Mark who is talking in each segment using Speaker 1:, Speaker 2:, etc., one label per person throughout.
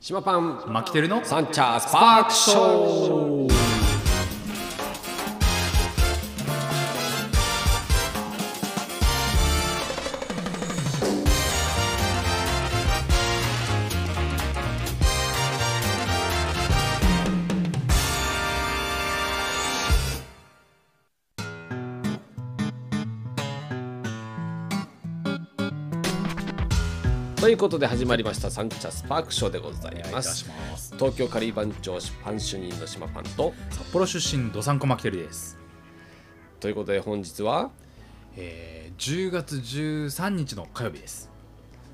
Speaker 1: 島パン
Speaker 2: マキテルの
Speaker 1: サンチャースパークショーということで始まりましたサンチャースパークショーでござい
Speaker 2: お願いい
Speaker 1: ま
Speaker 2: た
Speaker 1: す
Speaker 2: します
Speaker 1: 東京カリー番長パン主任の島パンと
Speaker 2: 札幌出身ドサンコマキテルです、
Speaker 1: ということで本日は
Speaker 2: えー、10月13日の火曜日です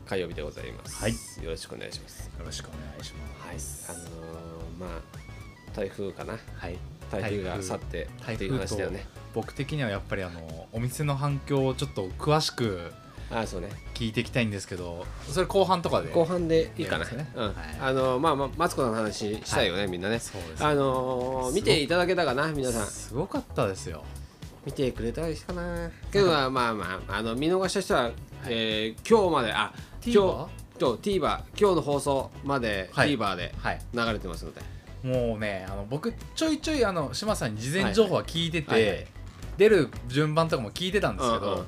Speaker 1: 火曜日でございます、
Speaker 2: はい
Speaker 1: よろしくお願いします
Speaker 2: よろしくお願いし
Speaker 1: はい
Speaker 2: ます
Speaker 1: あのーまあ台風かな
Speaker 2: はい、
Speaker 1: 台風が去って
Speaker 2: 台
Speaker 1: って
Speaker 2: 風
Speaker 1: いう
Speaker 2: と
Speaker 1: 話だよね
Speaker 2: 僕的にはやっぱりあのお店の反響をちょっと詳しく
Speaker 1: あそうね
Speaker 2: 聞いていきたいんですけどそれ後半とかで
Speaker 1: 後半でいいかな、
Speaker 2: やりますね
Speaker 1: うん
Speaker 2: はい
Speaker 1: あのまあまあマツコさんの話したいよね、みんなね
Speaker 2: そうです
Speaker 1: あのー
Speaker 2: すご
Speaker 1: 見ていただけたかな皆さん
Speaker 2: すごかったですよ
Speaker 1: 見てくれたりしたかなけどまあまあまああの見逃した人は、えー今日まであ今
Speaker 2: TVer？
Speaker 1: 日今日 TVer 今日の放送まで
Speaker 2: はい
Speaker 1: TVer で
Speaker 2: はい
Speaker 1: 流れてますので、
Speaker 2: もうねあの僕ちょいちょいあの島さんに事前情報は聞いてて、
Speaker 1: はいはいはい
Speaker 2: 出る順番とかも聞いてたんですけど、
Speaker 1: うんうん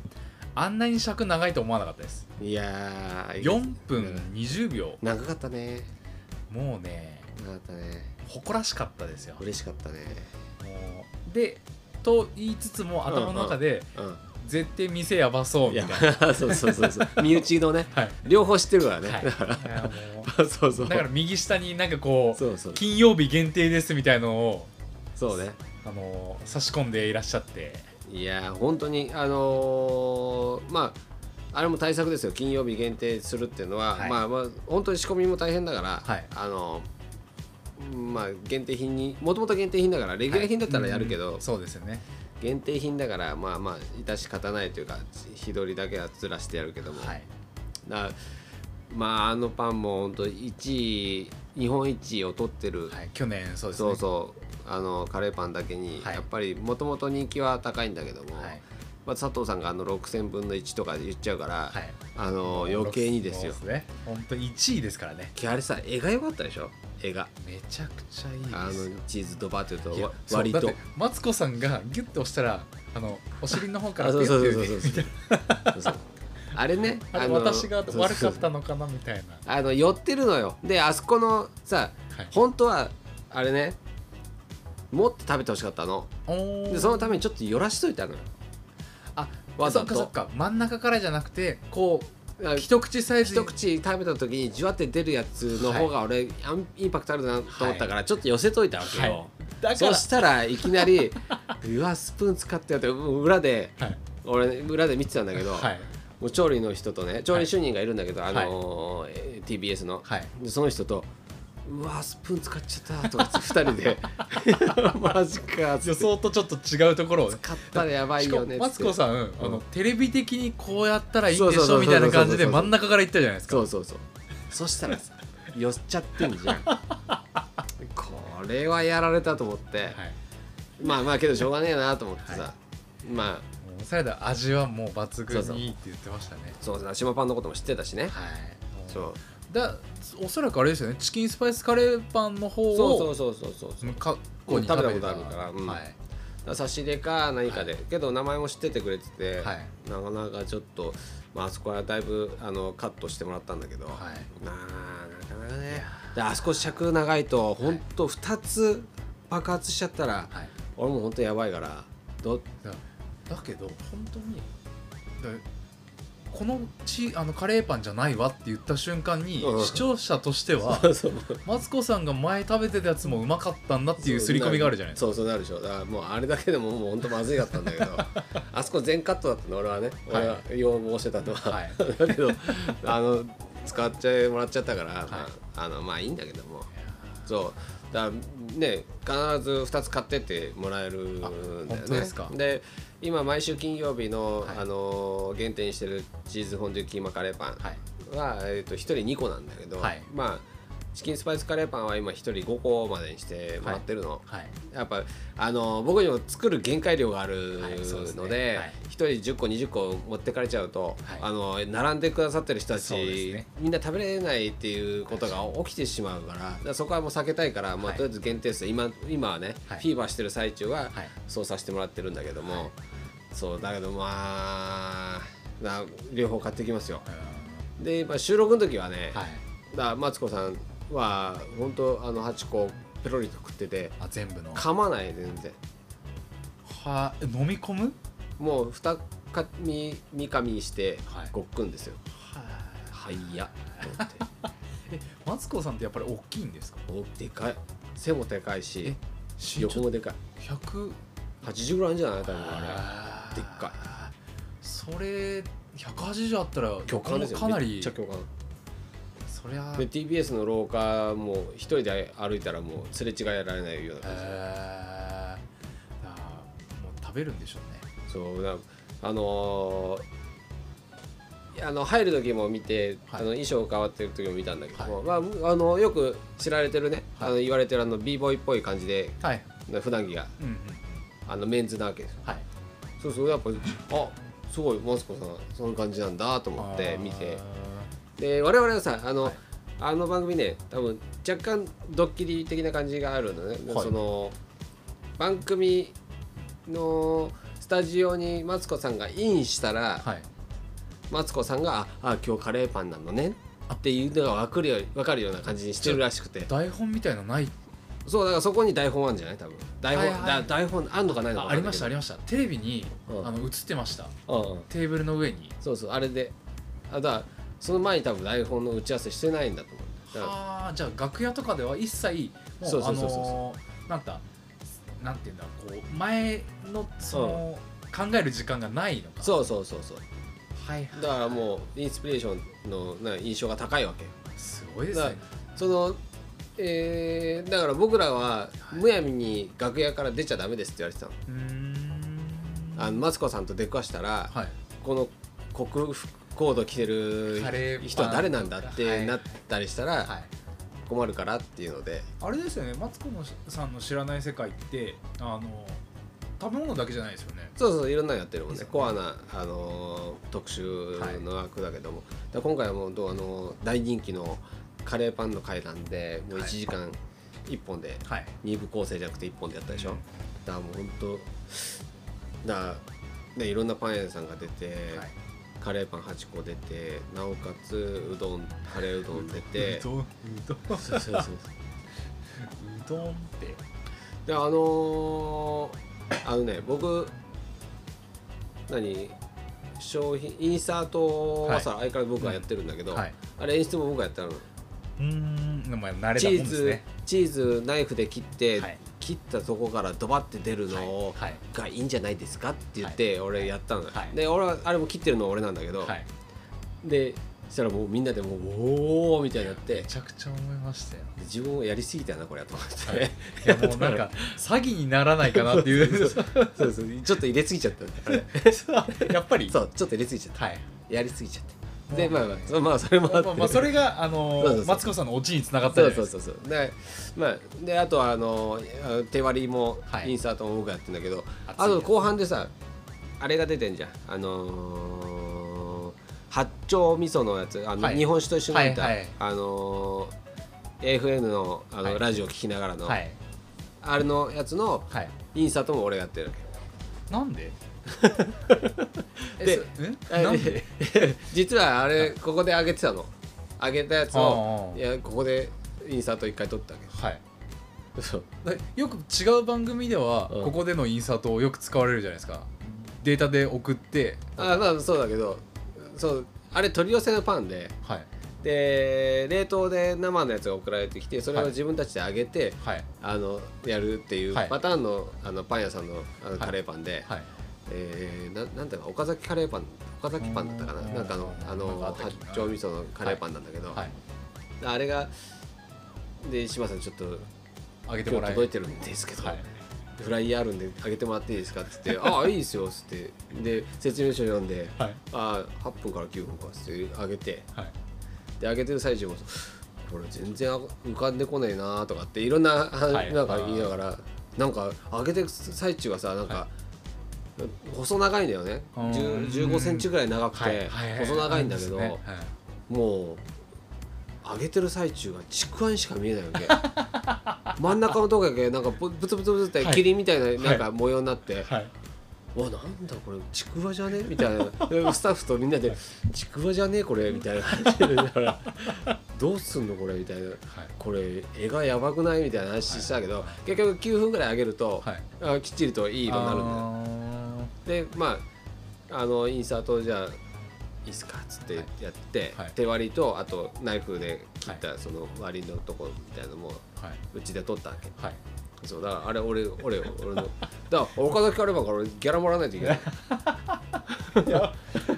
Speaker 2: あんなに尺長いと思わなかったです
Speaker 1: い、やー
Speaker 2: 4分20秒
Speaker 1: 長かったね
Speaker 2: もうね
Speaker 1: 長かったね
Speaker 2: 誇らしかったですよも
Speaker 1: 嬉しかったね
Speaker 2: うでと言いつつも頭の中で、
Speaker 1: う
Speaker 2: 絶対店やばそうんみ
Speaker 1: い
Speaker 2: たい
Speaker 1: や
Speaker 2: な
Speaker 1: そうそうそうそう身内のね
Speaker 2: はい
Speaker 1: 両方知ってる からね、
Speaker 2: はい
Speaker 1: だから
Speaker 2: いやも
Speaker 1: そうそう
Speaker 2: うだから右下になんかこう
Speaker 1: そうそう
Speaker 2: 金曜日限定ですみたいのを
Speaker 1: そうね
Speaker 2: あの差し込んでいらっしゃって
Speaker 1: いやー本当にあのーまああれも対策ですよ金曜日限定するっていうのは、
Speaker 2: はい
Speaker 1: まあまあ本当に仕込みも大変だから、
Speaker 2: はい
Speaker 1: あのーまあ限定品にもともと限定品だからレギュラー品だったらやるけど、
Speaker 2: うんそうですよね
Speaker 1: 限定品だからまあまあ致し方ないというか日取りだけはずらしてやるけども、
Speaker 2: はい
Speaker 1: だまああのパンも本当1位日本一位を取ってる、
Speaker 2: はい、去年そうです
Speaker 1: そ
Speaker 2: ね
Speaker 1: うそうあのカレーパンだけに、
Speaker 2: はい
Speaker 1: やっぱりもともと人気は高いんだけども、
Speaker 2: はい
Speaker 1: まあ、佐藤さんがあの6000分の1とか言っちゃうから、
Speaker 2: はい
Speaker 1: あの余計にですよ
Speaker 2: そうね本当1位ですからね
Speaker 1: きあれさ絵が良かったでしょ絵が
Speaker 2: めちゃくちゃいいです
Speaker 1: あのチーズドバーって言う
Speaker 2: い
Speaker 1: と
Speaker 2: や
Speaker 1: わ
Speaker 2: そう
Speaker 1: 割
Speaker 2: だ
Speaker 1: と
Speaker 2: ってマツコさんがギュッて押したらあのお尻の方から
Speaker 1: あ
Speaker 2: ピ
Speaker 1: そ
Speaker 2: ュ
Speaker 1: う
Speaker 2: ッ
Speaker 1: そう
Speaker 2: て
Speaker 1: そう
Speaker 2: 出
Speaker 1: そうそ
Speaker 2: て
Speaker 1: う
Speaker 2: みたい
Speaker 1: そうあれね
Speaker 2: なあの
Speaker 1: の
Speaker 2: 私が
Speaker 1: そう
Speaker 2: 悪
Speaker 1: そ
Speaker 2: か
Speaker 1: う
Speaker 2: ったのかなみたいな
Speaker 1: あの寄ってるのよであそこのさ、
Speaker 2: はい
Speaker 1: 本当はあれねもっと食べてほしかったの
Speaker 2: おー
Speaker 1: でそのためにちょっと寄らしといたのよ
Speaker 2: あ
Speaker 1: わざ
Speaker 2: そ
Speaker 1: と
Speaker 2: っかそっか真ん中からじゃなくてこ
Speaker 1: あ
Speaker 2: う一口サイズ
Speaker 1: 一口食べた時にじゅわって出るやつの方が俺、あんインパクトあるなと思ったからちょっと寄せといたわけよ、
Speaker 2: はいだか
Speaker 1: そ
Speaker 2: ら
Speaker 1: したらいきなり「うわスプーン使ってよ」って裏で
Speaker 2: はい
Speaker 1: 俺裏で見てたんだけど、
Speaker 2: はい
Speaker 1: もう調理の人とね調理主任がいるんだけど、あのーえー TBS の、
Speaker 2: はい
Speaker 1: でその人と「うわスプーン使っちゃった」とか2人 で「マジか」
Speaker 2: 予想とちょっと違うところをね
Speaker 1: 買ったらやばい
Speaker 2: しか
Speaker 1: よ
Speaker 2: も
Speaker 1: ね
Speaker 2: マツコさん、あ
Speaker 1: うん
Speaker 2: のテレビ的にこうやったらいいんで
Speaker 1: そう
Speaker 2: し
Speaker 1: そうそうそう
Speaker 2: ょみたいな感じ
Speaker 1: そうそう
Speaker 2: で
Speaker 1: そう
Speaker 2: 真ん中からいったじゃないですか
Speaker 1: そうそうそうそしたらさ寄っちゃってんじ ゃんこれはやられたと思って、
Speaker 2: はい
Speaker 1: まあまあけどしょうがねえなと思ってさ、まあ
Speaker 2: もうサラダ味はもう抜
Speaker 1: そうそ
Speaker 2: 群
Speaker 1: う
Speaker 2: にいいって言ってましたね
Speaker 1: そうだ島パンのことも知ってたしね、
Speaker 2: はい
Speaker 1: そう
Speaker 2: だおそらくあれですよねチキンスパイスカレーパンの方を
Speaker 1: そうそうそうそうそうそう
Speaker 2: 向かっこに食べてた
Speaker 1: 食べたことあるからうん
Speaker 2: はい
Speaker 1: 差し入れか何かで、けど名前も知っててくれてて、
Speaker 2: はい
Speaker 1: なかなかちょっと、まああそこはだいぶあのカットしてもらったんだけど、
Speaker 2: はい
Speaker 1: なあなかなかねであそこ尺長いと本当2つ爆発しちゃったら、
Speaker 2: はい
Speaker 1: 俺も本当やばいからど
Speaker 2: だだけど本当にだこのちあのカレーパンじゃないわって言った瞬間に、
Speaker 1: うん
Speaker 2: 視聴者としては
Speaker 1: そう
Speaker 2: マツコさんが前食べてたやつもうまかったんだっていう刷り込みがあるじゃないです
Speaker 1: そ
Speaker 2: か
Speaker 1: うそうなるでしょだからもうあれだけでももう本当まずいかったんだけ どあそこ全カットだったの俺はね俺は要望してたのは、
Speaker 2: はい
Speaker 1: だけどあの使っちゃいもらっちゃったから、まあ、あのまあいいんだけどもそうだからね必ず2つ買ってってもらえるんだよね
Speaker 2: あ本当ですか
Speaker 1: で今毎週金曜日の、
Speaker 2: はい
Speaker 1: あの限定にしてるチーズフォンデュキーマカレーパン、
Speaker 2: はい
Speaker 1: は、えー、と1人2個なんだけど、
Speaker 2: はい
Speaker 1: まあチキンスパイスカレーパンは今1人5個までにしてもらってるの、
Speaker 2: はい
Speaker 1: やっぱあの僕にも作る限界量がある
Speaker 2: はいそうですね
Speaker 1: ので
Speaker 2: はい
Speaker 1: 一、人10個20個持ってかれちゃうと、
Speaker 2: はい
Speaker 1: あの並んでくださってる人たち、
Speaker 2: そうですね
Speaker 1: みんな食べれないっていうことが起きてしまうからだからそこはもう避けたいから、まあ
Speaker 2: はい
Speaker 1: とりあえず限定数今今はね、
Speaker 2: はい
Speaker 1: フィーバーしてる最中は
Speaker 2: はい
Speaker 1: そうさせてもらってるんだけども、
Speaker 2: はい
Speaker 1: そうだけどまあな両方買ってきますよ。
Speaker 2: う
Speaker 1: で、まあ、収録の時はね、
Speaker 2: んはい
Speaker 1: だからマツコさんは本当あの8個ペロリと食ってて
Speaker 2: あ全部の
Speaker 1: 噛まない全然。
Speaker 2: はえ飲み込む
Speaker 1: もう二かみ三かみして
Speaker 2: はい
Speaker 1: ごっくんですよ。
Speaker 2: はい
Speaker 1: はい やと思って。
Speaker 2: えマツコさんってやっぱり大きいんですか
Speaker 1: おでかい。背もでかいし、
Speaker 2: 身
Speaker 1: 横も
Speaker 2: 長
Speaker 1: でかい。
Speaker 2: 100
Speaker 1: 八十ぐらいあるんじゃない多分あ
Speaker 2: あー
Speaker 1: でっか
Speaker 2: それ180あったら
Speaker 1: れ。巨
Speaker 2: 巨
Speaker 1: 漢
Speaker 2: 漢
Speaker 1: で
Speaker 2: も
Speaker 1: すよ。
Speaker 2: かな
Speaker 1: め
Speaker 2: り
Speaker 1: っちゃ巨漢。
Speaker 2: そりゃ
Speaker 1: で TBS の廊下もう一人で歩いたらもうすれ違えられないような
Speaker 2: え
Speaker 1: 感
Speaker 2: ーあーもう食べるんでしょうね
Speaker 1: じ。そうなあのーいやあの入る時も見て、
Speaker 2: は
Speaker 1: あ
Speaker 2: い
Speaker 1: の衣装変わってる時も見たんだけども、
Speaker 2: はい
Speaker 1: まあ、あのよく知られてるね、
Speaker 2: は
Speaker 1: あ
Speaker 2: い
Speaker 1: の言われてるあの b ボーイっぽい感じで
Speaker 2: はい
Speaker 1: 普段着が
Speaker 2: うんうん
Speaker 1: あのメンズなわけですよ
Speaker 2: はい
Speaker 1: そうそうやっぱあすごいマツコさんその感じなんだと思って見てで我々はさあの、
Speaker 2: はい
Speaker 1: あの番組ね多分若干ドッキリ的な感じがあるのね、
Speaker 2: はい
Speaker 1: その番組のスタジオにマツコさんがインしたら、
Speaker 2: あーはい
Speaker 1: マツコさんが「ああ今日カレーパンなのね」っていうのが分かるよ分かるような感じにしてるらしくて
Speaker 2: 台本みたいのない
Speaker 1: そうだからそこに台本あるんじゃない多分台本、
Speaker 2: はいはい
Speaker 1: だ台本あんのかないのか
Speaker 2: あありましたあり
Speaker 1: まし
Speaker 2: ましたテレビに
Speaker 1: うん
Speaker 2: あの映ってました
Speaker 1: た、うんうん
Speaker 2: テーブルの上に
Speaker 1: そうそうあれであだからその前に多分台本の打ち合わせしてないんだと思うだから
Speaker 2: はあじゃあ楽屋とかでは一切も
Speaker 1: そう
Speaker 2: う
Speaker 1: そ
Speaker 2: あ
Speaker 1: うそうそう
Speaker 2: のーなんかなんていうんだこう前のその、考える時間がないのか
Speaker 1: そうそうそうそう
Speaker 2: はいはい
Speaker 1: だからもうインスピレーションのな印象が高いわけ
Speaker 2: すごいですね
Speaker 1: そのえーだから僕らはむやみに楽屋から出ちゃダメですって言われてたの
Speaker 2: うーん
Speaker 1: あのマツコさんと出くわしたら、
Speaker 2: はい
Speaker 1: この克服コード着てる
Speaker 2: カレーパン
Speaker 1: 人は誰なんだっ
Speaker 2: は
Speaker 1: て
Speaker 2: い
Speaker 1: なったりしたら
Speaker 2: はい
Speaker 1: 困るからっていうので
Speaker 2: あれですよねマツコのさんの知らない世界ってあの食べ物だけじゃないですよね
Speaker 1: そうそういろんなのやってるもんね
Speaker 2: ですよね
Speaker 1: コアな、あのー特集の枠だけども、だから今回はもうどう、あのー大人気のカレーパンの回なんでもう
Speaker 2: は
Speaker 1: 1
Speaker 2: い
Speaker 1: 時間1本で、
Speaker 2: はい
Speaker 1: 二2部構成じゃなくて1本でやったでしょ、
Speaker 2: うん
Speaker 1: だからもうほんとだから、ね、いろんなパン屋さんが出て、
Speaker 2: はい
Speaker 1: カレーパン8個出てなおかつうどんカレーうどん出て
Speaker 2: うどんうどんう
Speaker 1: そうそうそうそう
Speaker 2: どんって
Speaker 1: であのーあのね僕何商品インサートはさ、相変わらず僕がやってるんだけど、
Speaker 2: はい
Speaker 1: あれ演出も僕がやったの、
Speaker 2: うーんでも慣れ
Speaker 1: チ
Speaker 2: たもんで
Speaker 1: ー
Speaker 2: す
Speaker 1: ズ
Speaker 2: ね
Speaker 1: チーズナイフで切って、
Speaker 2: はい
Speaker 1: 切ったとこからドバって出るのを、
Speaker 2: はい
Speaker 1: がいいんじゃないですかって言って俺やったのよ、
Speaker 2: はい
Speaker 1: で俺はあれも切ってるの俺なんだけど、
Speaker 2: はい
Speaker 1: でそしたらもうみんなでもうおーみたいになって
Speaker 2: めちゃくちゃ思いましたよ
Speaker 1: で自分をやりすぎたなこれと思って、
Speaker 2: はいいやもうなんか詐欺にならないかなってい う
Speaker 1: そうそうちょっと入れすぎちゃったんだあれ
Speaker 2: やっぱり
Speaker 1: そうちょっと入れすぎちゃった
Speaker 2: はい
Speaker 1: やりすぎちゃって。
Speaker 2: もう
Speaker 1: で、まあまあ、そまあ、それもあ
Speaker 2: ま
Speaker 1: って。
Speaker 2: あまあそれがあの
Speaker 1: そ
Speaker 2: ー
Speaker 1: うそうそう
Speaker 2: マツコさんのオチにつながったじゃ
Speaker 1: そう
Speaker 2: ない
Speaker 1: そ
Speaker 2: で
Speaker 1: う
Speaker 2: す
Speaker 1: そう
Speaker 2: か
Speaker 1: そう。で、まあ、で、あとは、あの、あ手割りも、
Speaker 2: はい
Speaker 1: インサートも僕がやってんだけど、
Speaker 2: 熱い
Speaker 1: あと後半でさ、あれが出てんじゃん。あのー八丁味噌のやつ、あの、
Speaker 2: はい
Speaker 1: 日本酒と一緒に入った、
Speaker 2: はいはい
Speaker 1: あのー AFN のあの、
Speaker 2: はい
Speaker 1: ラジオ聞きながらの、
Speaker 2: はい
Speaker 1: あれのやつの
Speaker 2: はい
Speaker 1: インサートも俺がやってるわけ
Speaker 2: なんで え
Speaker 1: で
Speaker 2: そうんなんで
Speaker 1: 実はあれここで上げてたの上げたやつを
Speaker 2: ああ
Speaker 1: いやここでインサート一回撮ったわ
Speaker 2: はい
Speaker 1: けそう
Speaker 2: だよく違う番組では
Speaker 1: うん
Speaker 2: ここでのインサートをよく使われるじゃないですかデータで送って
Speaker 1: あまあそうだけどそうあれ取り寄せのパンで
Speaker 2: はい
Speaker 1: で冷凍で生のやつが送られてきてそれを
Speaker 2: はい
Speaker 1: 自分たちで揚げて、
Speaker 2: はい
Speaker 1: あのやるっていう
Speaker 2: はい
Speaker 1: パターンの,、あのパン屋さんのあの
Speaker 2: い
Speaker 1: カレーパンで、
Speaker 2: はい
Speaker 1: えーななんだか岡崎カレーパン岡崎パンだったかな
Speaker 2: うん
Speaker 1: なんかあのあ
Speaker 2: なんかあ
Speaker 1: の
Speaker 2: った
Speaker 1: 八
Speaker 2: 気が
Speaker 1: 丁味噌のカレーパンなんだけど、
Speaker 2: はい
Speaker 1: あれがで志麻さんちょっと
Speaker 2: あげて
Speaker 1: 今
Speaker 2: も
Speaker 1: 日
Speaker 2: らえ
Speaker 1: 届いてるんですけど、
Speaker 2: はい
Speaker 1: フライヤーあるんであげてもらっていいですか?」っつって「ああいいですよ」っつってで説明書読んで「
Speaker 2: はい
Speaker 1: ああ8分から9分か」っつってあげて
Speaker 2: はい
Speaker 1: であげてる最中も「これ全然浮かんでこねえなとかっていろんな話、
Speaker 3: はい
Speaker 1: なんか言いながらなんか上げてく最中はさなんか、
Speaker 3: は
Speaker 1: 細長いんだよね
Speaker 2: うん
Speaker 1: 1 5センチぐらい長くて、細長いんだけど、
Speaker 2: はいはい
Speaker 1: もう上げてる最中がちくわにしか見えないわけ 真ん中のとこだけなんかぶぶつぶつぶつって
Speaker 3: はい
Speaker 1: 霧みたいな,、なん
Speaker 3: は
Speaker 1: か模様になって、
Speaker 3: はい、
Speaker 1: わなんだこれちくわじゃねみたいなでスタッフとみんなで「ちくわじゃねえこれ」みたいな感じでだ から「どうすんのこれ」みたいな
Speaker 3: はい
Speaker 1: 「これ絵がやばくない?」みたいな話したけど、
Speaker 3: はい
Speaker 1: 結局9分ぐらい上げると、
Speaker 3: はい
Speaker 1: あきっちりといい色になるんだよでまああのインサートじゃあいいっすかっつって
Speaker 3: はい
Speaker 1: やって、
Speaker 3: はい
Speaker 1: 手割りとあとナイフで切ったその割りのとこみたいなのも
Speaker 3: はいう
Speaker 1: ちで取ったわけ
Speaker 3: はい
Speaker 1: そうだからあれ俺俺よ俺のだから岡崎カルマから俺ギャラもらわないといけない
Speaker 3: いや、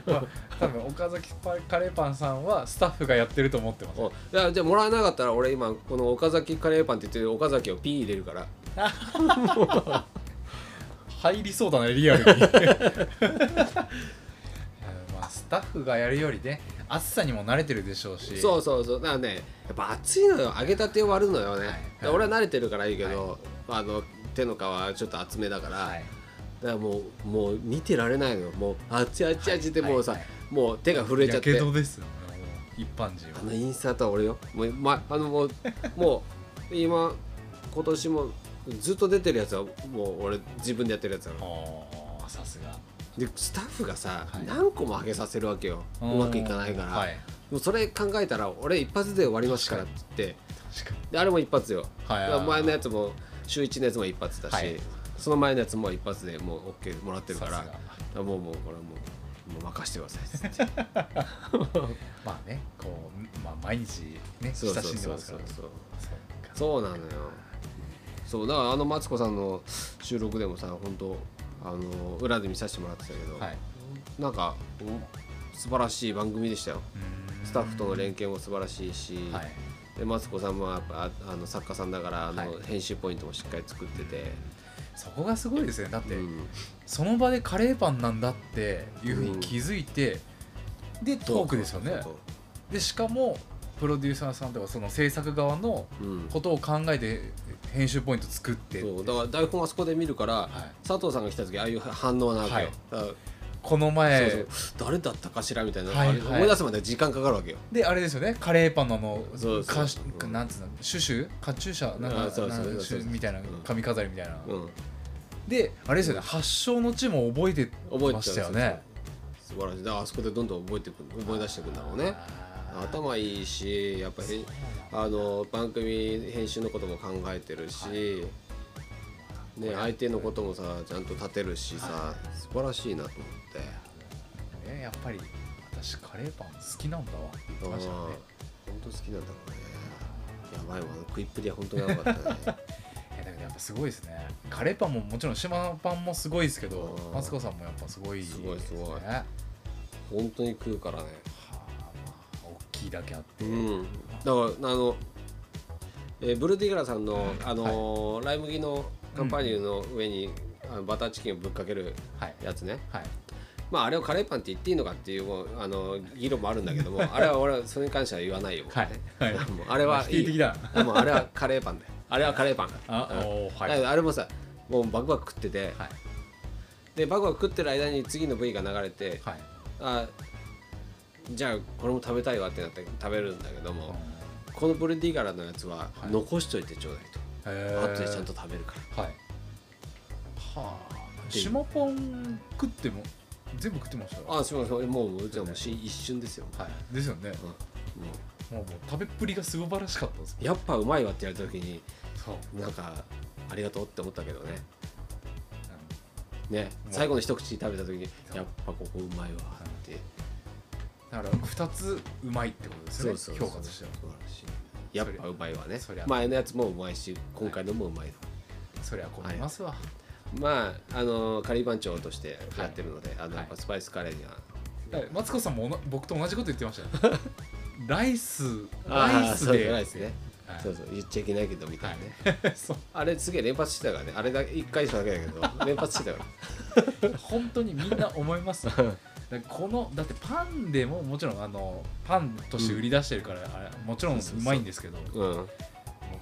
Speaker 3: まあ、多分岡崎パカレーパンさんはスタッフがやってると思ってます
Speaker 1: おだからじゃあもらえなかったら俺今この岡崎カレーパンって言ってる岡崎をピー入れるから
Speaker 3: 入りそうだねリア ルにいや
Speaker 2: まあスタッフがやるよりね暑さにも慣れてるでしょうし
Speaker 1: そうそうそうだからねやっぱ熱いのよ揚げたてを割るのよね、
Speaker 2: はい
Speaker 1: で俺は慣れてるからいいけど、あの手の皮はちょっと厚めだから、
Speaker 2: はい
Speaker 1: だからもうもう見てられないのよもうあっちあっちあっちってもうさ、
Speaker 2: はいは
Speaker 1: もう手が震えちゃって
Speaker 2: やけどですよねもう一般人
Speaker 1: あ
Speaker 2: は
Speaker 1: のインスタとは俺よもう,、ま、あのもうもう今今年もずっと出てるやつはもう俺自分でやってるやつなの
Speaker 3: おーさすが
Speaker 1: でスタッフがさ、
Speaker 3: はい
Speaker 1: 何個も上げさせるわけようまくいかないから、
Speaker 3: はい
Speaker 1: もうそれ考えたら俺一発で終わりますからって言って
Speaker 3: 確か
Speaker 1: であれも一発よ、
Speaker 3: に
Speaker 1: だから前のやつも週1のやつも一発だし、
Speaker 3: はい
Speaker 1: その前のやつも一発でもう OK もらってるから
Speaker 3: さすが
Speaker 1: だからもうもうこれはもうもう任してくださいっ つって
Speaker 2: まあねこう、まあ、毎日ね
Speaker 1: そうそ
Speaker 2: 親
Speaker 1: う
Speaker 2: しんで
Speaker 1: そう
Speaker 2: ます
Speaker 1: そ
Speaker 2: か
Speaker 1: う
Speaker 2: ら
Speaker 1: そう
Speaker 2: そうか
Speaker 1: そうなのよそうだからあのマツコさんの収録でもさ本当あの裏で見させてもらってたけど、
Speaker 3: はい
Speaker 1: なんかお素晴らしい番組でしたよ
Speaker 2: うーん
Speaker 1: スタッフとの連携も素晴らしいし、
Speaker 3: はい
Speaker 1: でマツコさんもやっぱああの作家さんだからあの、
Speaker 3: はい
Speaker 1: 編集ポイントもしっかり作ってて、
Speaker 2: そこがすごいですよねだって、
Speaker 1: うん
Speaker 2: その場でカレーパンなんだっていうふうに気づいて、でトークですよね
Speaker 1: そうそう
Speaker 2: でしかもプロデューサーさんとかその制作側の
Speaker 1: そううん
Speaker 2: ことを考えて編集ポイント作って
Speaker 1: そうだから台本はそこで見るから、
Speaker 2: い
Speaker 1: 佐藤さんが来た時ああいう反応なわけよ、
Speaker 3: はい
Speaker 1: だから
Speaker 2: この前
Speaker 1: そうそう誰だったかしらみたいな、
Speaker 2: はいはい
Speaker 1: あれ思い出すまで時間かかるわけよ
Speaker 2: であれですよねカレーパンのあの
Speaker 1: そうそう
Speaker 2: かし
Speaker 1: うん
Speaker 2: なんつうのシュシュカチューシャなん
Speaker 1: あ
Speaker 2: か
Speaker 1: そうそう
Speaker 2: なんか
Speaker 1: そうそう
Speaker 2: シュみたいな
Speaker 1: うん
Speaker 2: 髪飾りみたいな、
Speaker 1: うん
Speaker 2: であれですよね発祥の地も覚えて
Speaker 1: 覚えて
Speaker 2: ましたよ
Speaker 1: そう
Speaker 2: ね
Speaker 1: そう素晴らしいだからあそこでどんどん覚えてくる思い出してくるんだろうね
Speaker 2: あー
Speaker 1: 頭いいしやっぱへんあの番組編集のことも考えてるし、ね、相手のこともさちゃんと立てるしさ、素晴らしいなと思って
Speaker 2: ねやっぱり私カレーパン好きなんだわって言ってましたよね
Speaker 1: 本当好きなんだろうねやばいわあの食いっぷりは本当にやばかったね
Speaker 2: いやだけどやっぱすごいですねカレーパンももちろん島パンもすごいですけど
Speaker 1: うん
Speaker 2: マツコさんもやっぱすごいですす
Speaker 1: ごいすごい
Speaker 2: ねは
Speaker 1: 本当に食うからね
Speaker 2: あまあ大きいだけあって、
Speaker 1: うんだからあの、えーブルーディガラさんの、あのーライ麦のカンパニューの上に、あのバターチキンをぶっかける
Speaker 2: はい
Speaker 1: やつね
Speaker 2: はい
Speaker 1: まああれをカレーパンって言っていいのかっていうもうあの議論もあるんだけど もあれは俺はそれに関しては言わないよ、
Speaker 2: はいはい
Speaker 1: もうあれは
Speaker 2: 否
Speaker 1: い
Speaker 2: 定的
Speaker 1: い
Speaker 2: だ
Speaker 1: もうあれはカレーパンだよあれはカレーパン
Speaker 2: あ
Speaker 1: うん
Speaker 2: おーはい
Speaker 1: だけどあれもさもうバクバク食ってて、
Speaker 2: はい
Speaker 1: でバクバク食ってる間に次の部位が流れて
Speaker 2: はい
Speaker 1: あじゃあこれも食べたいわってなって食べるんだけども、このブルディガラのやつは
Speaker 2: はい
Speaker 1: 残しといてちょうだいと、
Speaker 2: へ
Speaker 1: 後でちゃんと食べるから
Speaker 2: はいはあ
Speaker 1: で
Speaker 2: 島パン食っても全部食ってましたよ
Speaker 1: あすみませんもううちはもうし一瞬ですよ、
Speaker 2: はいですよね
Speaker 1: うんも
Speaker 2: もうもう食べっぷりが素晴らしかったです
Speaker 1: うやっぱうまいわって言われた時に
Speaker 2: そう
Speaker 1: なんかありがとうって思ったけどね
Speaker 2: うん
Speaker 1: ね
Speaker 2: うん
Speaker 1: 最後の一口食べた時に
Speaker 2: そう
Speaker 1: やっぱここうまいわって
Speaker 2: だから2つうまいってことですよね評価として
Speaker 1: 素
Speaker 2: は
Speaker 1: 晴らしいやっぱうまいわね
Speaker 2: そりゃ
Speaker 1: 前のやつもうまいし今回のもうまいの
Speaker 2: そりゃ困りますわ、
Speaker 1: まああのカリー番長としてやってるので、あの
Speaker 2: はい
Speaker 1: やっぱスパイスカレーには、
Speaker 2: だからマツコさんもおな僕と同じこと言って ましたよライス
Speaker 1: あ
Speaker 2: ラ
Speaker 1: あ
Speaker 2: イ
Speaker 1: そ
Speaker 2: ス
Speaker 1: う
Speaker 2: で
Speaker 1: そうライスね、
Speaker 2: はい
Speaker 1: そうそう言っちゃいけないけどみたいなね、
Speaker 2: は いそう
Speaker 1: あれすげえ連発してたからねあれだけ1回しただけだけど連発してたから
Speaker 2: 本当にみんな思いますだか
Speaker 3: だからこのだってパンでももちろんあのパンとして売り出してるから、あれもちろんう
Speaker 1: そうそうそう
Speaker 3: まいんですけど
Speaker 1: うん
Speaker 3: もう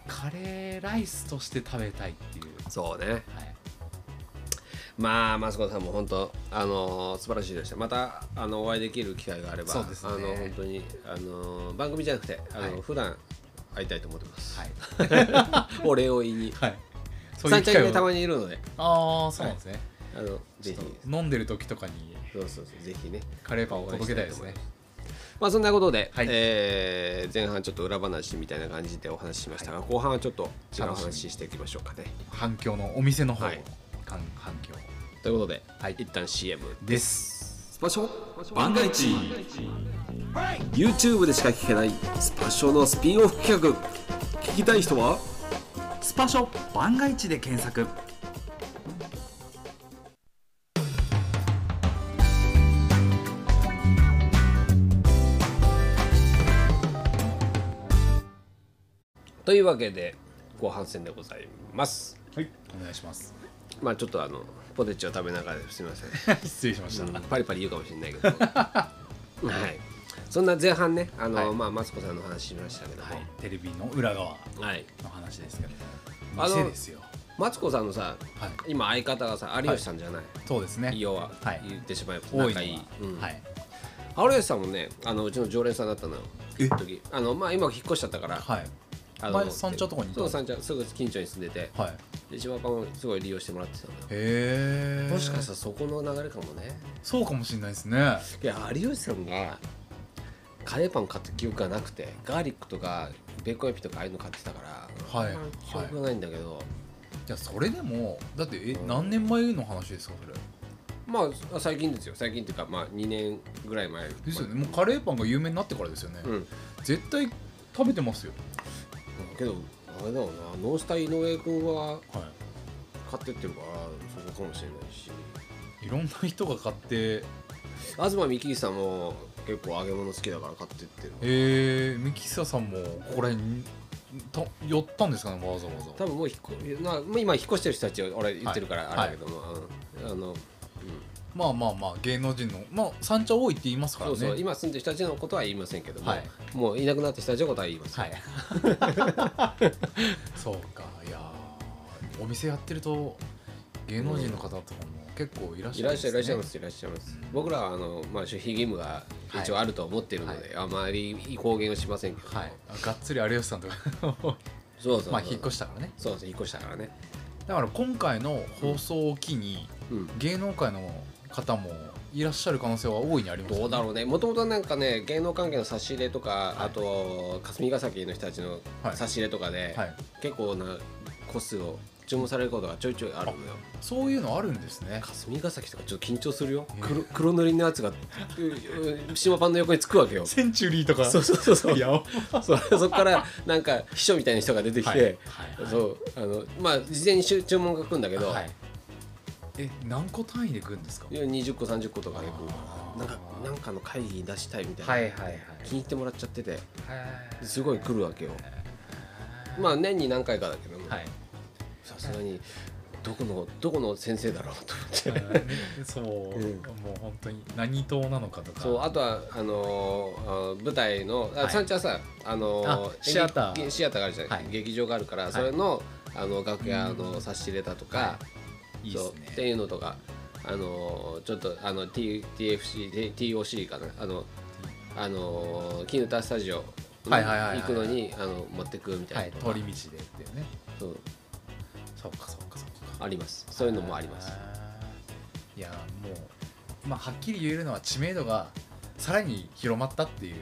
Speaker 3: カレーライスとして食べたいっていう、
Speaker 1: そうね
Speaker 3: はい、
Speaker 1: まあマスコさんも本当あのー素晴らしいでしたまたあのお会いできる機会があれば
Speaker 3: そうですね
Speaker 1: あの本当にあのー番組じゃなくてあの、
Speaker 3: はい
Speaker 1: 普段会いたいと思ってます、
Speaker 3: はい
Speaker 1: お礼を言いに
Speaker 3: はい、そうい
Speaker 1: サ
Speaker 3: う
Speaker 1: ンチ
Speaker 3: 機会
Speaker 1: ャイ
Speaker 3: を
Speaker 1: にたまにいるので
Speaker 3: ああそうなんですね、
Speaker 1: あのぜひ
Speaker 3: ちょっと飲んでる時とかに
Speaker 1: そうそうそうぜひね
Speaker 3: カレーパンを届けたいですね
Speaker 1: まあそんなことで、
Speaker 3: はい
Speaker 1: えー前半ちょっと裏話みたいな感じでお話ししましたが、後半はちょっと違う
Speaker 3: 楽しみ
Speaker 1: 話していきましょうかね。
Speaker 3: 反響のお店の方の、
Speaker 1: はい
Speaker 3: かん反響
Speaker 1: ということで、
Speaker 3: はい
Speaker 1: 一旦 CM
Speaker 3: です
Speaker 1: スパショ万が一 YouTube でしか聞けないスパショのスピンオフ企画聞きたい人は
Speaker 4: スパショ番外地で検索
Speaker 1: というわけで後半戦でございます
Speaker 3: はいお願いします
Speaker 1: まあちょっとあのポテチを食べながらすみません
Speaker 3: 失礼しました、
Speaker 1: うんパリパリ言うかもしれ ないけどはいそんな前半ねあの、
Speaker 3: はい
Speaker 1: まあマツコさんの話しましたけども
Speaker 3: はい、テレビの裏側
Speaker 1: はい、
Speaker 3: の話ですけども
Speaker 1: あの
Speaker 3: 店ですよ
Speaker 1: マツコさんのさ
Speaker 3: はい
Speaker 1: 今相方がさ有吉さんじゃない、
Speaker 3: そうですね
Speaker 1: 要は、
Speaker 3: はい
Speaker 1: 言ってしまえば
Speaker 3: 多いの
Speaker 1: 仲
Speaker 3: はい
Speaker 1: いうん
Speaker 3: はい
Speaker 1: 有吉さんもねあのうちの常連さんだったのよ
Speaker 3: え
Speaker 1: 一時あのまあ今引っ越しちゃったから、
Speaker 3: はい
Speaker 1: あの
Speaker 2: 前山頂とかにいた
Speaker 1: そう山頂すぐ近所に住んでて
Speaker 3: はいへ
Speaker 1: で島パンをすごい利用してもらってたのよ
Speaker 2: え
Speaker 1: もしかしたらそこの流れかもね
Speaker 2: そうかもしれないですね
Speaker 1: いや有吉さんがカレーパン買った記憶がなくてガーリックとかベーコンエピとかああいうの買ってたから、
Speaker 2: はい
Speaker 1: あんまり記憶がないんだけど、
Speaker 2: じゃあそれでもだってえ何年前の話ですかそれ
Speaker 1: まあ最近ですよ最近っていうかまあ2年ぐらい前
Speaker 2: ですよねもうカレーパンが有名になってからですよね、
Speaker 1: うん
Speaker 2: 絶対食べてますよ
Speaker 1: うんけどあれだろうなノースタ井上君は
Speaker 2: は
Speaker 1: 買ってってるからそこかもしれないし
Speaker 2: いいろんな人が買ってへ
Speaker 1: 東幹久さんも結構揚げ物好きだから買ってってる
Speaker 2: えミキサさんもここら辺にた寄ったんですかねわざわざ
Speaker 1: 多分もう引っ越なもう今引っ越してる人たちを俺言ってるからあれだけども、うんあの、うん
Speaker 2: まあまあまあ芸能人のまあ三茶多いって言いますから
Speaker 1: そ
Speaker 2: ね
Speaker 1: うそう今住んでる人たちのことは言いませんけども、
Speaker 2: はい
Speaker 1: もういなくなった人たちのことは言います、
Speaker 2: はい そうかいやーお店やってると芸能人の方とかも結構いらっ
Speaker 1: い
Speaker 2: しゃ
Speaker 1: ら
Speaker 2: る
Speaker 1: っ
Speaker 2: ん
Speaker 1: しゃいらっしゃいま
Speaker 2: です
Speaker 1: いらっしゃいます、僕らはあの、まあ、守秘義務が一応あると思ってるので、あまり公言をしませんけど
Speaker 2: すねはいあがっつり有吉さんとか
Speaker 1: そうそうそう
Speaker 2: まあ引っ越したからね
Speaker 1: そうそう引っ越したからね
Speaker 2: だから今回の放送を機に、
Speaker 1: うん
Speaker 2: 芸能界の方もいらっしゃる可能性は大いにあります
Speaker 1: ど
Speaker 2: よね
Speaker 1: うだろうねもともとなんかね芸能関係の差し入れとか、あと霞ヶ崎の人たちの
Speaker 2: はい
Speaker 1: 差し入れとかで、
Speaker 2: はい、
Speaker 1: 結構な個数を注文されることがちょいちょいあるのよ
Speaker 2: そういうのあるんですね
Speaker 1: 霞ヶ崎とかちょっと緊張するよ
Speaker 2: えー
Speaker 1: 黒黒塗りのやつがうう島パンの横につくわけよ
Speaker 2: センチュリーとか
Speaker 1: そうそうそうそう
Speaker 2: やば
Speaker 1: そうそっからなんか秘書みたいな人が出てき
Speaker 2: はいはい
Speaker 1: て、そうあのまあ事前に注注文が来るんだけど、
Speaker 2: はいえ何個単位で来るんですか
Speaker 1: 20個30個とか結構
Speaker 2: あー
Speaker 1: なんかなんかの会議に出したいみたいな、
Speaker 3: はいはいはい
Speaker 1: 気に入ってもらっちゃってて
Speaker 3: はい
Speaker 1: すごい来るわけよまあ年に何回かだけども
Speaker 3: はい
Speaker 1: さすがにどこのどこの先生だろうと思って。
Speaker 3: そう、
Speaker 1: うん
Speaker 3: もう本当に何党なのかとか
Speaker 1: そうあとはあのーあー舞台のあ
Speaker 3: はい
Speaker 1: サンチャはさあのー
Speaker 3: あシアター
Speaker 1: 劇シアターがあるじゃない、
Speaker 3: はい
Speaker 1: 劇場があるから、それのあの楽屋の差し入れだとか、
Speaker 3: いいで
Speaker 1: そう
Speaker 3: す
Speaker 1: って
Speaker 3: ね
Speaker 1: いうのとかあのーちょっとあの T TFC T- TOC かなあのあのーキヌタスタジオに
Speaker 2: はいはいはいはい
Speaker 1: 行くのにあの持ってくみた
Speaker 2: はいい
Speaker 1: な
Speaker 2: 通り道でっていうね
Speaker 1: そう
Speaker 2: そうかそうかそうか
Speaker 1: ありますそういうのもあります
Speaker 2: いやもう、まあ、はっきり言えるのは知名度がさらに広まったっていう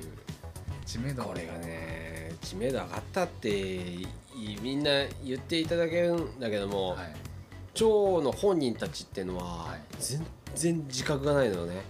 Speaker 2: 知名度の
Speaker 1: これがね知名度上がったっていみんな言っていただけるんだけども、
Speaker 2: はい
Speaker 1: 蝶の本人たちってのは
Speaker 2: はい
Speaker 1: 全然自覚がないのよね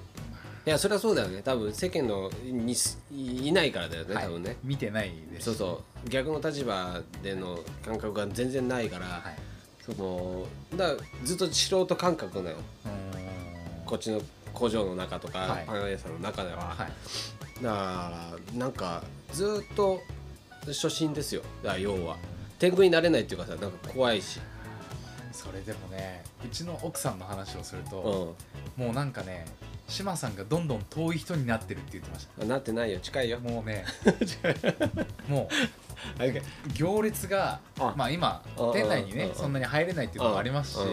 Speaker 1: いやそれはそうだよね多分世間のにすいいないからだよね
Speaker 2: はい
Speaker 1: 多分ね、
Speaker 2: 見てないです
Speaker 1: そうそう逆の立場での感覚が全然ないから、
Speaker 2: はい
Speaker 1: そのだからずっと素人感覚なのよ
Speaker 2: うーん
Speaker 1: こっちの工場の中とか、
Speaker 2: はい
Speaker 1: パン屋さんの中では、
Speaker 2: はい
Speaker 1: だからなんかずっと初心ですよだから要は天狗になれないっていうかさなんか怖いし、
Speaker 2: それでもねうちの奥さんの話をする
Speaker 1: う
Speaker 2: と、
Speaker 1: ん、
Speaker 2: もうなんかね志麻さんがどんどん遠い人になってるって言ってまし
Speaker 1: あなってないよ近い
Speaker 2: た
Speaker 1: よ
Speaker 2: もうねも
Speaker 1: あいう
Speaker 2: 行列が
Speaker 1: あ
Speaker 2: まあ今
Speaker 1: あ
Speaker 2: 店内に
Speaker 1: あ
Speaker 2: ね
Speaker 1: ああ
Speaker 2: そんなに入れないっていうのもありますし
Speaker 1: ああ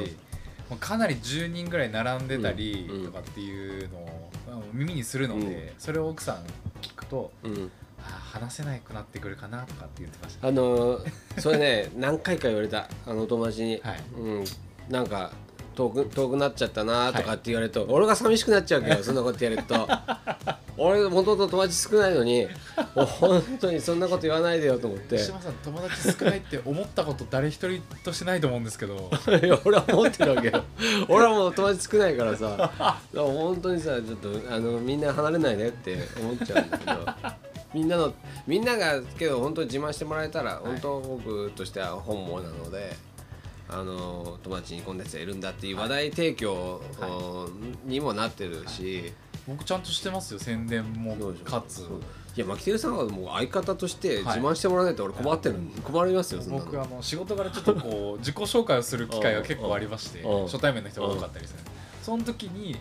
Speaker 2: もうかなり10人ぐらい並んでたり
Speaker 1: うんうん
Speaker 2: とかっていうのをあの耳にするの
Speaker 1: う
Speaker 2: でそれを奥さん聞くと
Speaker 1: うん
Speaker 2: あ話せなくなってくるかなとかって言ってました
Speaker 1: あのーそれね 何回か言われたあのお友達に、
Speaker 2: はい
Speaker 1: うん、なんか遠く遠くなっちゃったなとかって言われると、俺が寂しくなっちゃう けどそんなことやると俺もともと友達少ないの にもう本当にそんなこと言わないでよと思ってい
Speaker 2: 志麻さん友達少ないって思ったこと誰一人としてないと思うんですけど
Speaker 1: や 俺は思ってるわけよ俺はもう友達少ないからさだから本当にさちょっとあのみんな離れないでって思っちゃうんだけど。みんなのみんながけど本当に自慢してもらえたら、本当僕としては本望なのであの友達にこんなやつがいるんだっていう話題提供、にもなってるし、
Speaker 2: 僕ちゃんとしてますよ宣伝も
Speaker 1: どうでしょう
Speaker 2: かつ
Speaker 1: そういや牧輝さんはもう相方として自慢してもらわないと俺困ってる、困りますよそんな
Speaker 2: 僕
Speaker 1: の
Speaker 2: あの仕事からちょっとこう自己紹介をする機会が結構ありまして
Speaker 1: うんうん
Speaker 2: 初対面の人が多かったりするその時に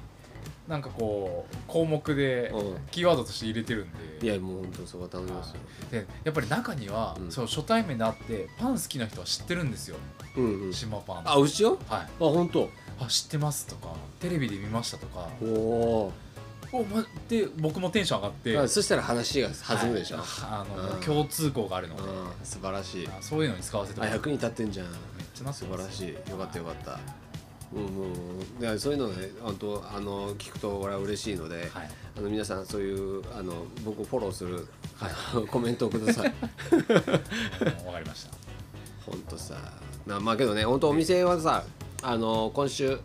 Speaker 2: なんかこう項目で
Speaker 1: うん
Speaker 2: キーワードとして入れてるん
Speaker 1: い
Speaker 2: で
Speaker 1: やもう本当そこは頼みますよ、
Speaker 2: でやっぱり中には
Speaker 1: うん
Speaker 2: そう初対面で会ってパン好きな人は知ってるんですよ
Speaker 1: うんうん、
Speaker 2: 島パン
Speaker 1: あうちよ
Speaker 2: はい
Speaker 1: あ本当
Speaker 2: あ知ってますとかテレビで見ましたとか
Speaker 1: おお
Speaker 2: おまで僕もテンション上がって
Speaker 1: ー、あそしたら話が弾むでしょ、
Speaker 2: はいあの、
Speaker 1: うん
Speaker 2: 共通項があるので、
Speaker 1: あー素晴らしい
Speaker 2: あそういうのに使わせて
Speaker 1: あ
Speaker 2: もらっ
Speaker 1: 役
Speaker 2: て
Speaker 1: に立ってんじゃん
Speaker 2: めっちゃなって
Speaker 1: 素
Speaker 2: ま
Speaker 1: 晴
Speaker 2: す
Speaker 1: らしいよかったよかったうんうんうんでそういうのねあとあの聞くと俺は嬉しいので、
Speaker 2: はい
Speaker 1: あの皆さんそういうあの僕をフォローする、あのコメントをくだ さい
Speaker 2: うんわかりました
Speaker 1: ほんとさなまあけどね本当お店はさあの今週、
Speaker 2: はい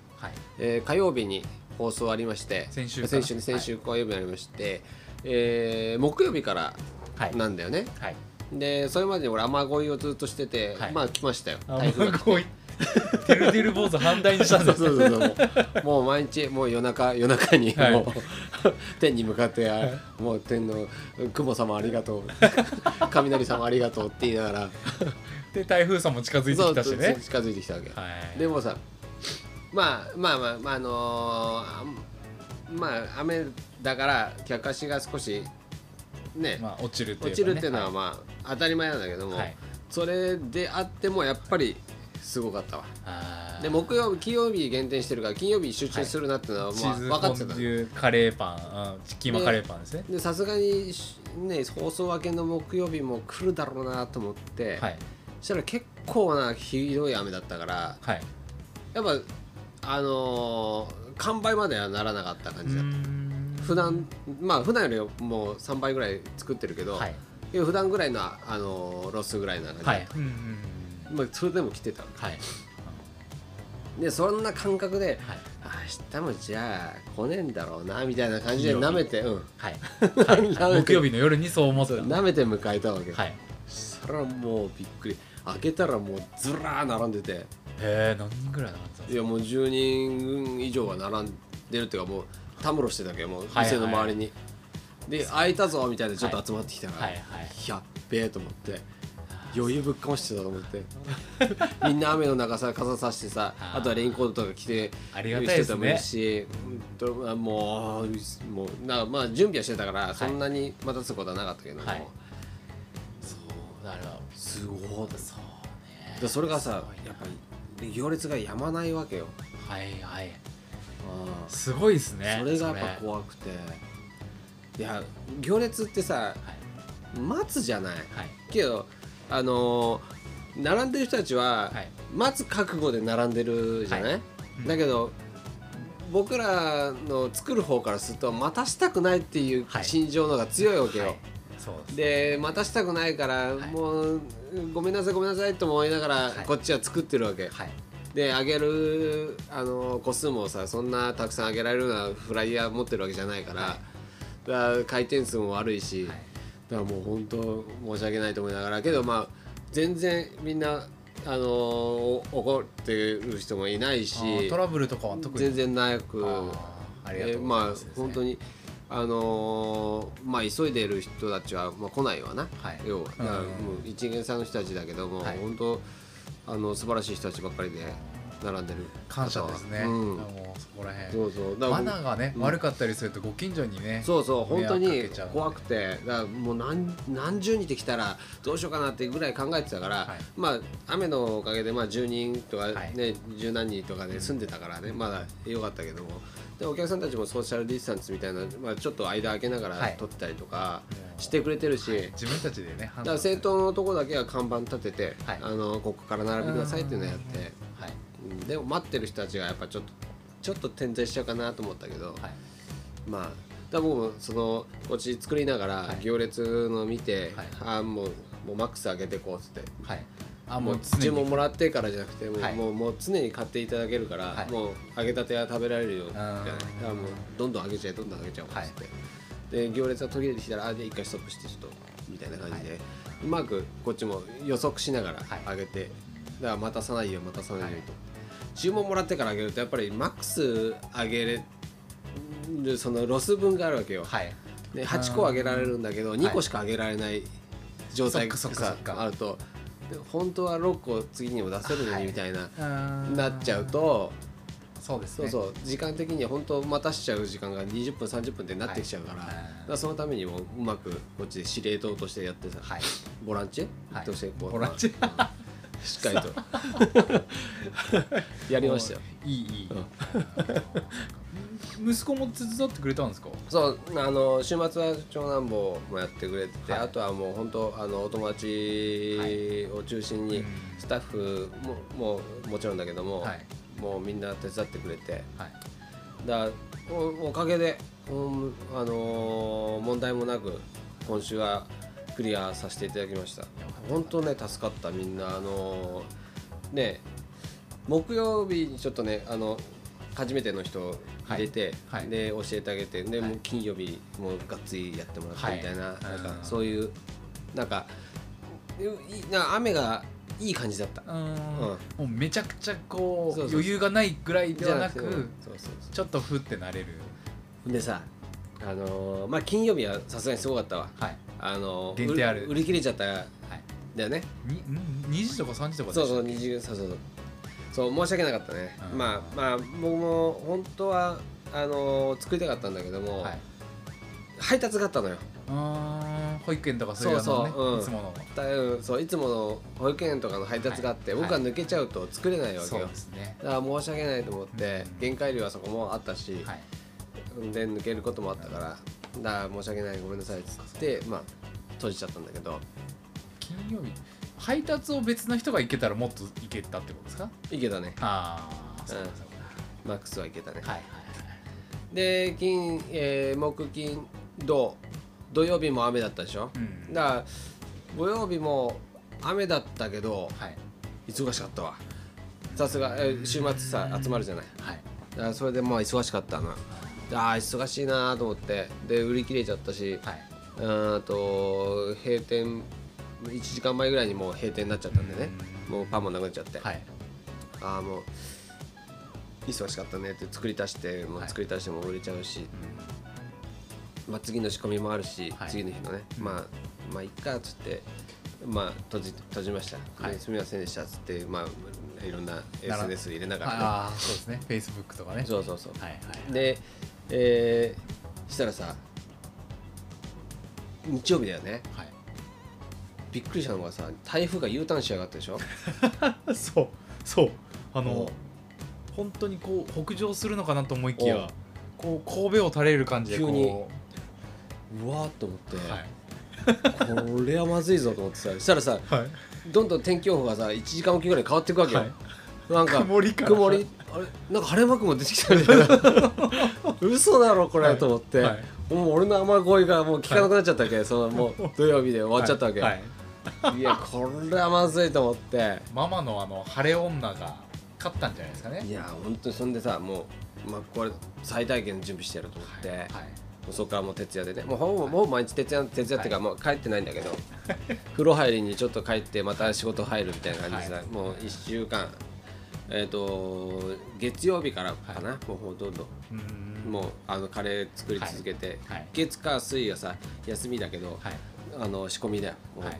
Speaker 1: えー火曜日に放送ありまして
Speaker 2: 先週かな
Speaker 1: 先週ね先週火曜日にありまして、えー木曜日から
Speaker 2: はい
Speaker 1: なんだよね、
Speaker 2: はい
Speaker 1: でそれまでに俺雨乞いをずっとしてて、
Speaker 2: はい
Speaker 1: まあ来ましたよ
Speaker 2: あ
Speaker 1: 台風が来て
Speaker 2: もうい てるてる坊主反対にしたん
Speaker 1: そ
Speaker 2: で
Speaker 1: う
Speaker 2: す
Speaker 1: そうそうそうもうもう毎日もう夜中夜中にもう、
Speaker 2: はい
Speaker 1: 天に向かって、あもう天の雲様ありがとう 雷様ありがとうって言いながら
Speaker 2: で台風さんも近づいてきたし
Speaker 1: そうそ
Speaker 2: ね
Speaker 1: う近づいてきたわけ、
Speaker 2: はい
Speaker 1: でもさまあまあまあまああのーあんまあ雨だから客足が少しね、
Speaker 2: まあ落ちるっていうかね
Speaker 1: 落ちるっていうのはまあ当たり前なんだけども、
Speaker 2: はい
Speaker 1: それであってもやっぱりすごかったわ
Speaker 2: あー
Speaker 1: で木曜日金曜日限定してるから金曜日集中するなってのは、
Speaker 2: チ
Speaker 1: ま
Speaker 2: ー
Speaker 1: あ、
Speaker 2: ズ
Speaker 1: 分
Speaker 2: フ
Speaker 1: かってた
Speaker 2: ォンデュカレーパン、うん、チキーマカレーパンですね
Speaker 1: でさすがにしね放送明けの木曜日も来るだろうなと思って、
Speaker 2: はい
Speaker 1: そしたら結構なひどい雨だったから
Speaker 2: はい
Speaker 1: やっぱあのー完売まではならなかった感じだった、普
Speaker 2: 普
Speaker 1: 段まあ普段よりもう3倍ぐらい作ってるけど、
Speaker 2: はい
Speaker 1: いや普段ぐらいの、あのーロスぐらいな感じだ
Speaker 2: は
Speaker 1: っ
Speaker 2: いうんうんうん
Speaker 1: た、まあ、それでも来てた
Speaker 2: はい
Speaker 1: でそんな感覚で
Speaker 2: はい
Speaker 1: あ明日もじゃあ来ねえんだろうなみたいな感じで舐めてうん
Speaker 2: はい
Speaker 1: 舐めて
Speaker 2: 木曜日の夜にそう思った
Speaker 1: そう舐めて迎えたわけ、
Speaker 2: はいへ
Speaker 1: それはもうびっくり開けたらもうずらー並んでて
Speaker 2: え何人ぐらい並んでたん
Speaker 1: い
Speaker 2: です
Speaker 1: やもう10人以上が並んでるっていうかもうたむろしてたけどもう
Speaker 2: はいはい
Speaker 1: 店の周りに、で開いたぞみたいなちょっと集まってきたから、
Speaker 2: はいはい
Speaker 1: やっべえと思って余裕ぶっかましてたと思って みんな雨の中さ傘さしてさ
Speaker 2: あー
Speaker 1: あとはレインコートとか着て
Speaker 2: ありがたいですね
Speaker 1: るしうんとあもうもうなまあ準備はしてたからそんなに待たすことはなかったけども、
Speaker 2: はいそうだから
Speaker 1: すごい
Speaker 2: そうね
Speaker 1: でそれがさ
Speaker 2: すごいな
Speaker 1: やっぱり行列がやまないわけよ
Speaker 2: はいはいすごいですね
Speaker 1: それがやっぱ
Speaker 2: う
Speaker 1: 怖くていや行列ってさ
Speaker 2: はい
Speaker 1: 待つじゃない
Speaker 2: はい
Speaker 1: けどあのー並んでる人たちは
Speaker 2: はい
Speaker 1: 待つ覚悟で並んでるじゃない、
Speaker 2: うん
Speaker 1: だけど僕らの作る方からすると待たしたくないっていう
Speaker 2: はい
Speaker 1: 心情の方が強いわけよ、
Speaker 2: はいそうです
Speaker 1: で待たしたくないから、
Speaker 2: い
Speaker 1: もうごめんなさいごめんなさいと思いながら、
Speaker 2: はい
Speaker 1: こっちは作ってるわけ、
Speaker 2: はい
Speaker 1: であげるあの個数もさそんなたくさんあげられるようなフライヤー持ってるわけじゃないから,、
Speaker 2: は
Speaker 1: だから回転数も悪いし、
Speaker 2: はい
Speaker 1: だからもう本当申し訳ないと思いながらけどまあ全然みんなあのお怒ってる人もいない
Speaker 2: あー
Speaker 1: し
Speaker 2: トラブルとかは特に
Speaker 1: 全然なく
Speaker 2: あーありがと
Speaker 1: え
Speaker 2: うござい
Speaker 1: ま
Speaker 2: ま
Speaker 1: あ
Speaker 2: すですね
Speaker 1: 本当にあのーまあ急いでる人たちは、まあ、来ないわな、
Speaker 2: はい
Speaker 1: 要はだから
Speaker 2: うん
Speaker 1: もう一元さんの人たちだけども、
Speaker 2: はい
Speaker 1: 本当あの素晴らしい人たちばっかりで並んでる
Speaker 2: 感謝ですね、
Speaker 1: うん
Speaker 2: もうそこら辺
Speaker 1: そうそうだ
Speaker 2: マ
Speaker 1: か
Speaker 2: ナ
Speaker 1: ら
Speaker 2: ーがね、
Speaker 1: うん
Speaker 2: 悪かったりするとご近所にね
Speaker 1: そうそう本当に
Speaker 2: 迷惑かけちゃうんで
Speaker 1: 怖くてだからもう何何十人って来たらどうしようかなってぐらい考えてたから、
Speaker 2: はい
Speaker 1: まあ雨のおかげでまあ10人とかね、
Speaker 2: はい
Speaker 1: 十何人とかで住んでたからねまだよかったけどもでお客さんたちもソーシャルディスタンスみたいな、まあ、ちょっと間空けながら
Speaker 2: はい
Speaker 1: 撮ったりとか
Speaker 2: もう
Speaker 1: してくれてるし、
Speaker 2: 自分たちでね
Speaker 1: だ
Speaker 2: 判
Speaker 1: から
Speaker 2: 断
Speaker 1: 政党のとこだけは看板立てて、
Speaker 2: はい
Speaker 1: あのここから並びなさいっていうのをやって、
Speaker 2: はい
Speaker 1: うんでも待ってる人たちがやっぱちょっとちょっと点在しちゃうかなと思ったけど、
Speaker 2: はい
Speaker 1: まあだから僕もそのこっち作りながら
Speaker 2: い
Speaker 1: 行列の見て、
Speaker 2: はい
Speaker 1: ああもうもうマックス上げてこうっつって
Speaker 2: はいあ
Speaker 1: も
Speaker 2: も
Speaker 1: う
Speaker 2: う常
Speaker 1: 注文
Speaker 2: に
Speaker 1: もらってからじゃなくてもう,、
Speaker 2: はい
Speaker 1: もうもう常に買っていただけるから、
Speaker 2: はい
Speaker 1: もう揚げたては食べられるよじゃ
Speaker 2: あ
Speaker 1: ない
Speaker 2: ー
Speaker 1: だからもうどんどん揚げちゃえどんどん揚げちゃおうっつって、で行列が途切れてきたらあで一回ストップしてちょっとみたいな感じで、うまくこっちも予測しながら揚げて、だから待たさないように待たさないようにと、注文もらってから揚げるとやっぱりマックス上げれるそのロス分があるわけよ、
Speaker 2: はい
Speaker 1: で8個あげられるんだけど2個しかあげられない状態が
Speaker 2: そっかそっかそっか
Speaker 1: あるとで本当は6個次にも出せるの
Speaker 2: は
Speaker 1: に
Speaker 2: い
Speaker 1: みたいな、な
Speaker 2: な
Speaker 1: っちゃうと
Speaker 2: そうです
Speaker 1: そう
Speaker 2: ねう
Speaker 1: そう時間的には本当待たしちゃう時間が20分30分ってなってきちゃうから,、
Speaker 2: はい
Speaker 1: だからそのためにもうまくこっちで司令塔としてやってさ、
Speaker 2: はい
Speaker 1: ボランチ
Speaker 2: はい
Speaker 1: としてこう
Speaker 2: ボランチ
Speaker 1: うんしっかり と やりましたよ
Speaker 3: いいいい、 息子も手伝ってくれたんですか
Speaker 1: そうあの週末は長男坊もやってくれてて、
Speaker 2: はい
Speaker 1: あとはもう本当あのお友達を中心に、
Speaker 2: うん
Speaker 1: スタッフももうもちろんだけども、
Speaker 2: はい
Speaker 1: もうみんな手伝ってくれて
Speaker 2: はい
Speaker 1: だおおかげで、うんあのー問題もなく今週はクリアさせていただきました本当ね助かったみんなあのーね木曜日にちょっとねあの初めての人を入れて、
Speaker 2: はいはい
Speaker 1: で教えてあげてで、
Speaker 2: い
Speaker 1: もう金曜日もうがっつりやってもらって
Speaker 2: はい
Speaker 1: みたいな,、なんか
Speaker 2: うん
Speaker 1: そういうなんかいいな雨がいい感じだった
Speaker 2: うーん
Speaker 1: うん
Speaker 2: もうめちゃくちゃこう
Speaker 1: そうそう
Speaker 2: 余裕がないぐらいではなく
Speaker 1: じゃうんそうそうそ
Speaker 2: ちょっとふってなれる
Speaker 1: うでさあのーまあ金曜日はさすがにすごかったわ
Speaker 2: はい
Speaker 1: あのー
Speaker 2: 限定あ
Speaker 1: 売
Speaker 2: る
Speaker 1: り売り切れちゃったんだよね
Speaker 2: にん2時とか3時とかで
Speaker 1: そう
Speaker 2: した
Speaker 1: そう
Speaker 2: っけ
Speaker 1: 二十そうそうそうそう申し訳なかったね
Speaker 2: うん
Speaker 1: まあまあ僕も本当はあのー作りたかったんだけども、
Speaker 2: はい
Speaker 1: 配達があったのよ
Speaker 2: あー保育園とかそういう
Speaker 1: そ
Speaker 2: の
Speaker 1: う
Speaker 2: ね
Speaker 1: そううん
Speaker 2: いつもの
Speaker 1: だうんそういつもの保育園とかの配達があって、
Speaker 2: はい
Speaker 1: 僕が抜けちゃうと作れないわけ
Speaker 2: そう
Speaker 1: よ
Speaker 2: ですね
Speaker 1: だから申し訳ないと思って、
Speaker 2: うん
Speaker 1: 限界量はそこもあったし、
Speaker 2: はい
Speaker 1: で抜けることもあったからだから申し訳ないごめんなさいっつってまあ閉じちゃったんだけど
Speaker 2: 金曜日配達を別の人が行けたらもっと行けたってことですか
Speaker 1: いけたね
Speaker 2: ああそううんかそうか
Speaker 1: マックスはいけたね、
Speaker 2: はいはい
Speaker 1: で金、えー木金土土曜日も雨だったでしょ
Speaker 2: はいうん
Speaker 1: だから土曜日も雨だったけど
Speaker 2: はい
Speaker 1: 忙しかったわさすが、えー週末さ集まるじゃない
Speaker 2: はい
Speaker 1: だからそれでまあ忙しかったなあー忙しいなと思ってで売り切れちゃったし、
Speaker 2: はいう
Speaker 1: ーんと閉店1時間前ぐらいにもう閉店になっちゃったんでねもうパンもなくなっちゃって、
Speaker 2: はい
Speaker 1: ああもう忙しかったねって作り足してもう
Speaker 2: はい
Speaker 1: 作り足しても売れちゃうし、まあ、次の仕込みもあるし、
Speaker 2: はい
Speaker 1: 次の日のね、
Speaker 2: うん
Speaker 1: まあまあいっかっつってまあ閉じ閉じました、
Speaker 2: はい
Speaker 1: ですみませんでしたっつってまあいろんな
Speaker 2: なら
Speaker 1: SNS 入れながらね、
Speaker 2: ああそうですねフェイスブックとかね
Speaker 1: そうそうそう、
Speaker 2: はいはい
Speaker 1: で、えーしたらさ日曜日だよね
Speaker 2: はい
Speaker 1: びっくりしたのがさ台風が U ターンしやがったでし ょ
Speaker 2: そうそうあ
Speaker 1: おう
Speaker 2: の本当にこう北上するのかなと思いきやこう神戸を垂れる感じでこう
Speaker 1: 急にうわーっと思って、
Speaker 2: はい
Speaker 1: これはまずいぞと思ってさしたらさ
Speaker 2: はい
Speaker 1: どんどん天気予報がさ1時間おきぐらい変わっていくわけよ、
Speaker 2: はい
Speaker 1: なんか
Speaker 2: 曇りから
Speaker 1: 曇りあれなんか晴れマークも出てきたみたいな 嘘だろこれ、
Speaker 2: はい
Speaker 1: と思って、
Speaker 2: はい
Speaker 1: もう俺の雨乞いがもう聞かなくなっちゃったわけ、そのもう土曜日で終わっちゃったわけ、
Speaker 2: はいいはい
Speaker 1: やこれはまずいと思って
Speaker 2: ママのあの晴れ女が勝ったんじゃないですかね
Speaker 1: いや本当にそんでさもう、まあ、これ最大限の準備してやると思って、
Speaker 2: はいはい
Speaker 1: もうそこからもう徹夜でねもうほぼほぼ毎日徹夜徹夜っていうか、もう帰ってないんだけど 風呂入りにちょっと帰ってまた仕事入るみたいな感じでさ、
Speaker 2: はい
Speaker 1: もう1週間えっ、と月曜日からかな、もうほとんど
Speaker 2: うーん
Speaker 1: もうあのカレー作り続けて、
Speaker 2: はいはい
Speaker 1: 月火水がさ休みだけど、
Speaker 2: はい
Speaker 1: あの仕込みだよもう
Speaker 2: はい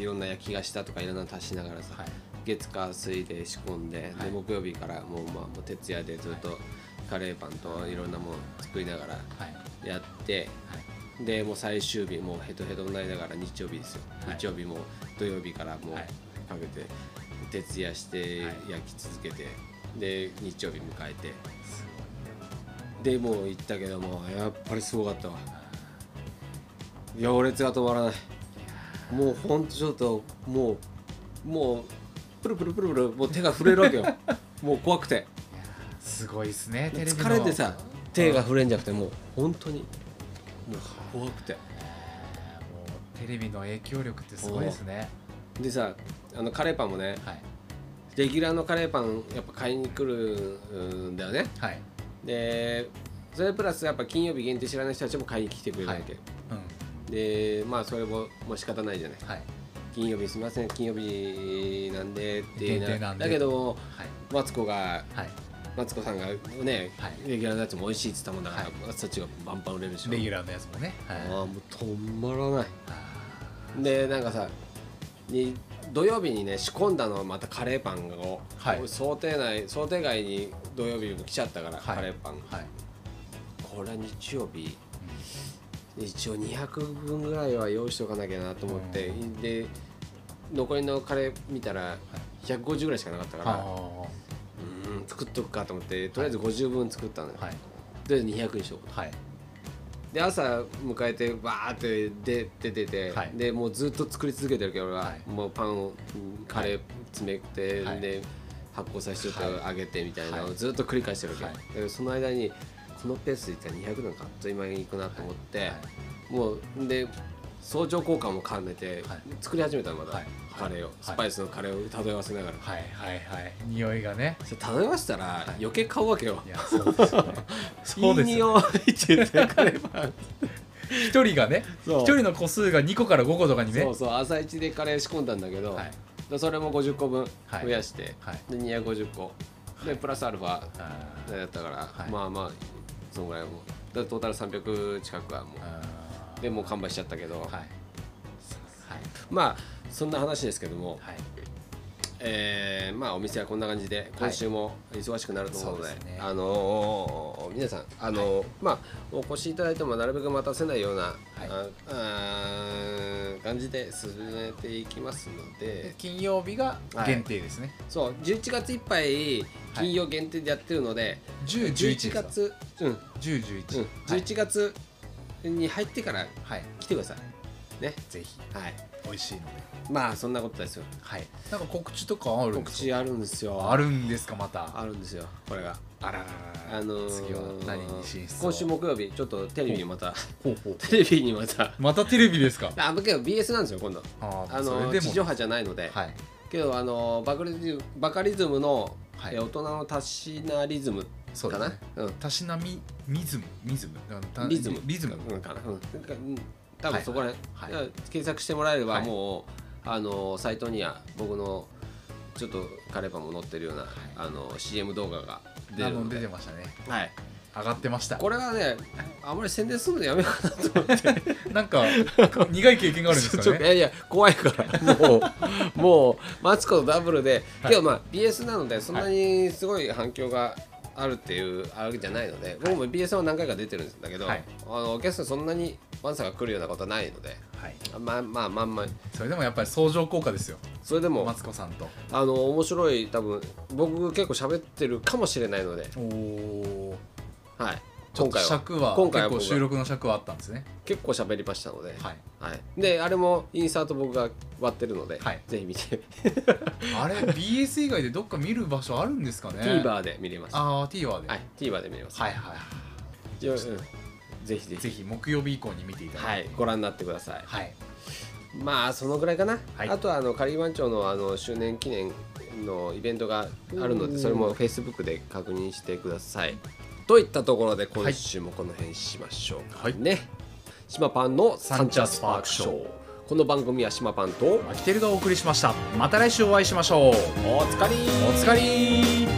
Speaker 1: いろんな焼き菓子だとかいろんなの足しながらさ、
Speaker 2: はい
Speaker 1: 月火水で仕込んで,、
Speaker 2: は
Speaker 1: で
Speaker 2: い
Speaker 1: 木曜日からもう,、まあ、もう徹夜でずっとカレーパンといろんなもの作りながら
Speaker 2: はい
Speaker 1: やって、でもう最終日もうヘトヘトになりながら日曜日ですよ、
Speaker 2: はい
Speaker 1: 日曜日も土曜日からもう
Speaker 2: はい
Speaker 1: かけて徹夜して
Speaker 2: はい
Speaker 1: 焼き続けて、で日曜日迎えて
Speaker 2: す
Speaker 1: でもう行ったけどもやっぱりすごかったわ行列が止まらないもうほんとちょっともうもうプルプルプルプルもう手が震える わけよもう怖くて
Speaker 2: ごいいやーすごいですねテレビの
Speaker 1: 疲れてさ手が震えんじゃなくてもう本当にもう怖くて
Speaker 2: あーもうテレビの影響力ってすごいですね
Speaker 1: でさあのカレーパンもね
Speaker 2: はい
Speaker 1: レギュラーのカレーパンやっぱ買いに来るんだよね
Speaker 2: はい
Speaker 1: でそれプラスやっぱ金曜日限定知らない人たちも買いに来てくれるわけ、
Speaker 2: うん
Speaker 1: でまあそれももう仕方ないじゃない
Speaker 2: はい
Speaker 1: 金曜日すみません金曜日なんでって言いな
Speaker 2: 限定なんで
Speaker 1: だけど
Speaker 2: はい
Speaker 1: マツコが
Speaker 2: はい
Speaker 1: マツコさんがね、
Speaker 2: はい
Speaker 1: レギュラーのやつも美味しいって言ったもんだから、
Speaker 2: は
Speaker 1: そっちがバンバン売れるでしょ
Speaker 2: レギュラーのやつもねはい
Speaker 1: ああもう止まらない
Speaker 2: あ
Speaker 1: でなんかさに土曜日にね仕込んだのはまたカレーパンを、
Speaker 2: はい
Speaker 1: 想定内想定外に土曜日も来ちゃったから、
Speaker 2: はい
Speaker 1: カレーパン
Speaker 2: ーはい
Speaker 1: これは日曜日一応200分ぐらいは用意しておかなきゃなと思って、
Speaker 2: う
Speaker 1: で残りのカレー見たら150ぐらいしかなかったから、
Speaker 2: あー
Speaker 1: うーん作っとくかと思ってとりあえず50分作ったのよ、
Speaker 2: はい
Speaker 1: とりあえず200にしようと
Speaker 2: はい
Speaker 1: で朝迎えてバーって出出てて、
Speaker 2: はい
Speaker 1: でもうずっと作り続けてるけど俺は、
Speaker 2: はい
Speaker 1: もうパンをうんカレー詰めて、
Speaker 2: はい
Speaker 1: で発酵させてちょっと
Speaker 2: は
Speaker 1: 揚げてみたいなの
Speaker 2: は
Speaker 1: を
Speaker 2: い
Speaker 1: ずっと繰り返してるわけ、
Speaker 2: はい
Speaker 1: だけどその間にこのペースでいったら200なんかあっという間にいくなと思って、
Speaker 2: はい
Speaker 1: もうで相乗効果も兼ねて、
Speaker 2: はい
Speaker 1: 作り始めたのまだ、
Speaker 2: はい
Speaker 1: カレーを、
Speaker 2: はい
Speaker 1: スパイスのカレーを漂わせながら、
Speaker 2: はいはいはい匂いがね
Speaker 1: それ漂わせたら余計買うわけよ、
Speaker 2: いやそうで すよねそうです
Speaker 1: いい匂
Speaker 2: よね
Speaker 1: いって言ってカレーパン
Speaker 2: 一人がね
Speaker 1: そう
Speaker 2: 一人の個数が2個から5個とか にね
Speaker 1: そうそう朝一でカレー仕込んだんだけど、
Speaker 2: はい
Speaker 1: でそれも50個分
Speaker 2: はい
Speaker 1: 増やして、
Speaker 2: はい
Speaker 1: で250個でプラスアルファ
Speaker 2: あー
Speaker 1: だったから、
Speaker 2: はい
Speaker 1: まあまあそのぐらいもだトータル300近くはもう
Speaker 2: あー
Speaker 1: でもう完売しちゃったけど、
Speaker 2: はいはい
Speaker 1: まあそんな話ですけども、
Speaker 2: はい
Speaker 1: えーまあお店はこんな感じで今週も忙しくなると思うので,、
Speaker 2: そうですね
Speaker 1: あのー皆さんあのーまあお越しいただいてもなるべく待たせないような、ああー感じで進めていきますので
Speaker 2: で金曜日が
Speaker 1: はい
Speaker 2: 限定ですね
Speaker 1: そう11月いっぱい金曜限定でやってるので、
Speaker 2: 10、
Speaker 1: 11
Speaker 2: 11月
Speaker 1: 月うん、うん、
Speaker 2: 10、11
Speaker 1: 11月に入ってから
Speaker 2: はい
Speaker 1: 来てくださいね
Speaker 2: ぜひ
Speaker 1: はい
Speaker 2: 美味しいので
Speaker 1: まあそんなことですよ
Speaker 2: はいなんか告知とかあるんで
Speaker 1: 告
Speaker 2: すか
Speaker 1: 知あるんですよ
Speaker 2: あるんですかまた
Speaker 1: あるんですよこれが
Speaker 2: あらららら
Speaker 1: あのー
Speaker 2: 次は何に進出を
Speaker 1: 今週木曜日ちょっとテレビにまた
Speaker 2: ほうほう
Speaker 1: テレビにまた
Speaker 2: またテレビですか
Speaker 1: あけど BS なんですよ今度
Speaker 2: あ
Speaker 1: あ
Speaker 2: それ
Speaker 1: の
Speaker 2: でも
Speaker 1: 地上波じゃないので、
Speaker 2: はい
Speaker 1: けどあのバカリズムバカリズムの、
Speaker 2: はい
Speaker 1: え大人のたしなリズム
Speaker 2: そう
Speaker 1: か
Speaker 2: で
Speaker 1: な
Speaker 2: すね
Speaker 1: うん
Speaker 2: たしなみミズムミズムあのた
Speaker 1: リズム
Speaker 2: リズム
Speaker 1: うんかな、うん、なんかうん多分そこら辺、
Speaker 2: はい
Speaker 1: だから検索してもらえれば
Speaker 2: はい
Speaker 1: もう、あのサイトには僕のちょっとカレーパンも載ってるような、あの CM 動画が出
Speaker 2: あ
Speaker 1: る
Speaker 2: の
Speaker 1: の
Speaker 2: 出
Speaker 1: で
Speaker 2: てましたね
Speaker 1: はい、
Speaker 2: 上がってました
Speaker 1: これはねあんまり宣伝するのやめようかなと
Speaker 2: なんか苦い経験があるんです
Speaker 1: ちょっと
Speaker 2: かね
Speaker 1: いやいや怖い からもうもうマツコとダブルで、
Speaker 2: は
Speaker 1: 今
Speaker 2: い
Speaker 1: 日まあ BS なのでそんなにすごい反響があるっていうあるわけじゃないので、僕も BS は何回か出てるんだけど、
Speaker 2: はい
Speaker 1: あのお客さんそんなにワンサが来るようなことはないので
Speaker 2: はい
Speaker 1: まあまあまあまあ
Speaker 2: それでもやっぱり相乗効果ですよ
Speaker 1: それでも
Speaker 2: マツコさんと
Speaker 1: あの面白い多分僕結構喋ってるかもしれないので、
Speaker 2: おお
Speaker 1: はい、
Speaker 2: ちょ
Speaker 1: 今
Speaker 2: っと
Speaker 1: 回は
Speaker 2: 尺は
Speaker 1: 今回は
Speaker 2: 結構収録の尺はあったんですね
Speaker 1: 結構喋りましたので、
Speaker 2: はい
Speaker 1: はい、であれもインサート僕が割ってるので、
Speaker 2: はい
Speaker 1: ぜひ見て、
Speaker 2: あれ BS 以外でどっか見る場所あるんですかね
Speaker 1: TVer で見れます。は、
Speaker 2: ああ TVer ではい
Speaker 1: TVer で見れます。
Speaker 2: はいはい
Speaker 1: やうんぜひぜひ
Speaker 2: いぜひ木曜日以降に見ていただ
Speaker 1: はいい
Speaker 2: て、
Speaker 1: ご覧になってください。
Speaker 2: はい
Speaker 1: まあそのぐらいかな。
Speaker 2: はい
Speaker 1: あとはあのカリー番長のあの周年記念のイベントがあるので、それも Facebook で確認してください。といったところで今週もこの辺しましょうかね。島パンのサンチャスパークショー。この番組は島パンと
Speaker 2: マキテルがお送りしましたまた来週お会いしましょう
Speaker 1: おつかり
Speaker 2: おつかり